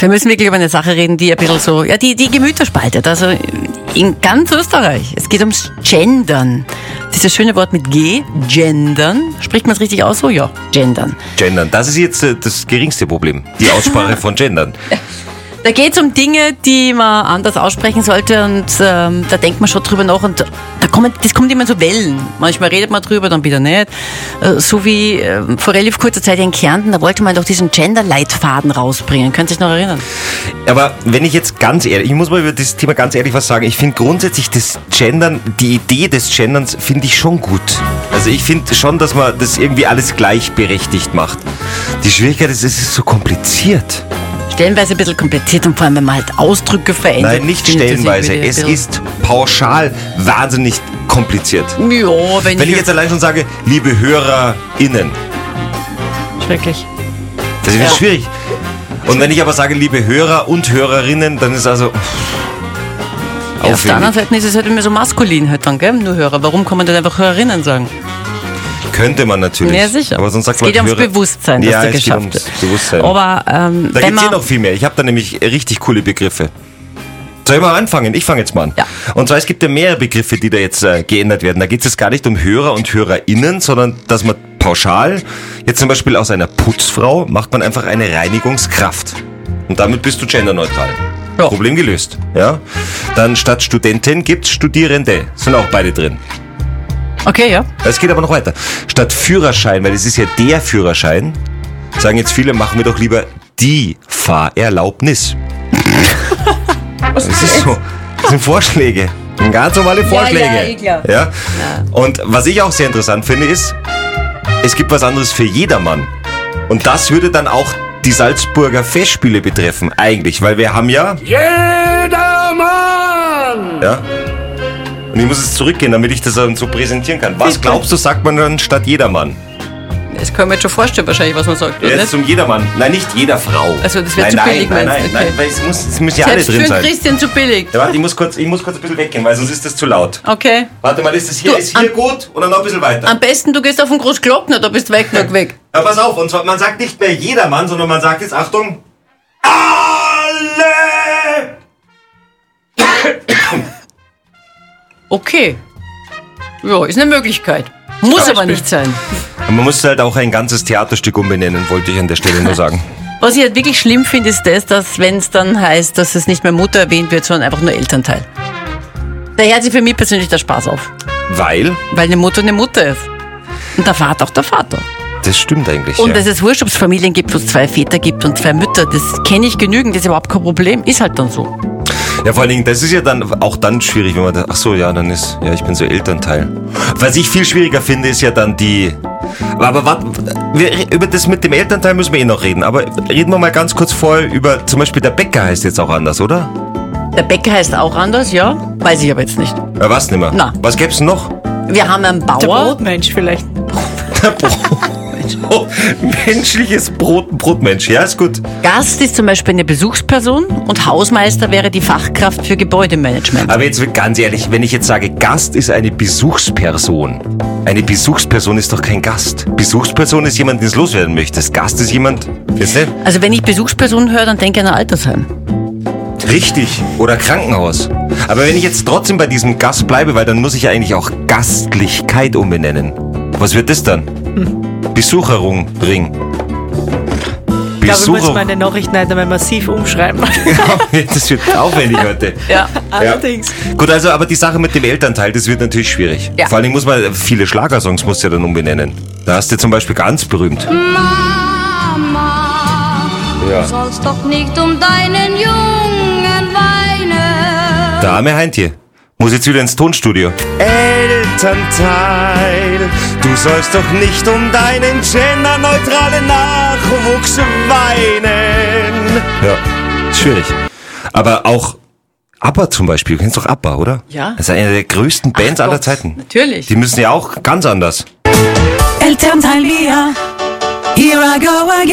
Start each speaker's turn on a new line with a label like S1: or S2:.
S1: Wir müssen wirklich über eine Sache reden, die ein bisschen so, ja, die, die Gemüter spaltet. Also in ganz Österreich. Es geht ums Gendern. Dieses schöne Wort mit G, Gendern. Spricht man es richtig aus? So, ja, Gendern.
S2: Gendern. Das ist jetzt äh, das geringste Problem. Die Aussprache von Gendern.
S1: Da geht es um Dinge, die man anders aussprechen sollte und ähm, da denkt man schon drüber nach und da kommen, das kommt immer so Wellen. Manchmal redet man drüber, dann wieder nicht. Äh, so wie äh, vor relativ kurzer Zeit in Kärnten, da wollte man doch diesen Gender-Leitfaden rausbringen. Könnt ihr euch noch erinnern?
S2: Aber wenn ich jetzt ganz ehrlich, ich muss mal über das Thema ganz ehrlich was sagen. Ich finde grundsätzlich das Gendern, die Idee des Genderns finde ich schon gut. Also ich finde schon, dass man das irgendwie alles gleichberechtigt macht. Die Schwierigkeit ist, es ist so kompliziert.
S1: Stellenweise ein bisschen kompliziert und vor allem, wenn man halt Ausdrücke verändert.
S2: Nein, nicht
S1: findet das
S2: stellenweise.
S1: irgendwie
S2: Es
S1: ein
S2: ist pauschal wahnsinnig kompliziert.
S1: bisschen- Ja, wenn,
S2: Wenn ich
S1: ich
S2: jetzt allein schon sage, liebe HörerInnen,
S1: Schrecklich.
S2: das ist
S1: Ja.
S2: schwierig. Und wenn ich aber sage, liebe Hörer und Hörerinnen, dann ist also.
S1: Ja, auf der anderen
S2: Aufwendig.
S1: Seite ist es halt immer so maskulin halt dann, gell? Nur Hörer. Warum kann man dann einfach Hörerinnen sagen?
S2: Könnte man natürlich.
S1: Ja, sicher.
S2: Aber sonst sagt
S1: es geht ja
S2: man
S1: ums
S2: Hörer-
S1: Bewusstsein, das
S2: ja,
S1: da
S2: es geht
S1: geschafft
S2: ums
S1: wird.
S2: Bewusstsein.
S1: Aber ähm,
S2: da
S1: wenn
S2: gibt es
S1: man
S2: eh noch viel mehr. Ich habe da nämlich richtig coole Begriffe. Soll ich mal anfangen? Ich fange jetzt mal an.
S1: Ja.
S2: Und zwar, es gibt ja mehrere Begriffe, die da jetzt äh, geändert werden. Da geht es jetzt gar nicht um Hörer und HörerInnen, sondern dass man pauschal, jetzt zum Beispiel aus einer Putzfrau, macht man einfach eine Reinigungskraft. Und damit bist du genderneutral.
S1: Ja.
S2: Problem gelöst. Ja? Dann statt Studentin gibt's Studierende. Sind auch beide drin.
S1: okay, ja.
S2: Es geht aber noch weiter. Statt Führerschein, weil es ist ja der Führerschein, sagen jetzt viele, machen wir doch lieber die Fahrerlaubnis. das ist so. Das sind Vorschläge. Das sind Ganz normale Vorschläge.
S1: ja, eh klar.
S2: Ja? Und was ich auch sehr interessant finde, ist, es gibt was anderes für jedermann. Und das würde dann auch die Salzburger Festspiele betreffen, eigentlich, weil wir haben ja. Jedermann! Ja. Und ich muss jetzt zurückgehen, damit ich das dann so präsentieren kann. Was glaubst du, sagt man dann statt jedermann?
S1: Das können wir jetzt schon vorstellen wahrscheinlich, was man sagt. oder
S2: Ja,
S1: nicht?
S2: Jetzt zum jedermann. Nein, nicht jeder Frau.
S1: Also, Ne? das wär
S2: nein,
S1: zu
S2: nein,
S1: billig,
S2: Nein, nein,
S1: meinst du?
S2: nein,
S1: Okay.
S2: weil es, muss, es müssen ja alle
S1: Selbst für
S2: drin
S1: den
S2: sein.
S1: Christian zu billig.
S2: Ja, warte, ich muss kurz, ich muss kurz ein bisschen weggehen, weil sonst ist das zu laut.
S1: Okay.
S2: Warte mal, ist das hier,
S1: Du,
S2: ist hier
S1: am-
S2: gut und dann noch ein bisschen weiter.
S1: Am besten, du gehst auf den Großglockner, da bist du weg, weg, weg.
S2: Ja, pass auf, und zwar, man sagt nicht mehr jedermann, sondern man sagt jetzt, Achtung, alle!
S1: Okay. Ja, ist eine Möglichkeit. Muss aber nicht sein.
S2: Man muss halt auch ein ganzes Theaterstück umbenennen, wollte ich an der Stelle nur sagen.
S1: Was ich halt wirklich schlimm finde, ist das, dass wenn es dann heißt, dass es nicht mehr Mutter erwähnt wird, sondern einfach nur Elternteil. Da hört sich für mich persönlich der Spaß auf.
S2: Weil,
S1: Weil eine Mutter eine Mutter ist. Und der Vater auch der Vater.
S2: das stimmt eigentlich.
S1: Und
S2: ja.
S1: dass es wurscht, ob es Familien gibt, wo es zwei Väter gibt und zwei Mütter. Das kenne ich genügend, das ist überhaupt kein Problem. Ist halt dann so.
S2: Ja, vor allen Dingen, das ist ja dann auch dann schwierig, wenn man da, ach so, ja, dann ist, ja, ich bin so Elternteil. Was ich viel schwieriger finde, ist ja dann die, aber warte, wir, über das mit dem Elternteil müssen wir eh noch reden, aber reden wir mal ganz kurz vorher über, zum Beispiel der Bäcker heißt jetzt auch anders, oder?
S1: Der Bäcker heißt auch anders, ja? Weiß ich aber jetzt nicht.
S2: Ja, was nimmer?
S1: Na.
S2: Was gäb's denn noch?
S1: Wir haben einen
S3: Der
S1: Bauer.
S3: Brotmensch vielleicht.
S2: Der Brot. Oh, menschliches Brot, Brotmensch, ja, ist gut.
S1: Gast ist zum Beispiel eine Besuchsperson und Hausmeister wäre die Fachkraft für Gebäudemanagement.
S2: Aber jetzt ganz ehrlich, wenn ich jetzt sage, Gast ist eine Besuchsperson. Eine Besuchsperson ist doch kein Gast. Besuchsperson ist jemand, den es loswerden möchtest. Gast ist jemand, ist nicht?
S1: Also wenn ich Besuchsperson höre, dann denke ich an ein Altersheim.
S2: Richtig. Oder Krankenhaus. Aber wenn ich jetzt trotzdem bei diesem Gast bleibe, weil dann muss ich ja eigentlich auch Gastlichkeit umbenennen. Was wird das dann?
S3: Hm.
S2: Besucherung Ring.
S3: Ich glaube, ich muss
S2: Besucherung.
S3: meine Nachrichten heute mal massiv umschreiben.
S2: Das wird aufwendig heute.
S1: Ja.
S3: Allerdings.
S2: Gut, also aber die Sache mit dem Elternteil, das wird natürlich schwierig.
S1: Ja.
S2: Vor allen Dingen muss man viele Schlagersongs musst du ja dann umbenennen. Da hast du zum Beispiel ganz berühmt.
S1: Hm.
S4: Mama,
S2: Ja.
S4: du sollst doch nicht um deinen Jungen weinen.
S2: Der arme Heintje. Muss jetzt wieder ins Tonstudio. Elternteil, du sollst doch nicht um deinen genderneutralen Nachwuchs weinen. Ja, ist schwierig. Aber auch ABBA zum Beispiel. Du kennst doch ABBA, oder?
S1: Ja.
S2: Das ist eine der größten Bands aller Zeiten.
S1: Natürlich.
S2: Die müssen ja auch ganz anders.
S5: Elternteil Mia, here I go again.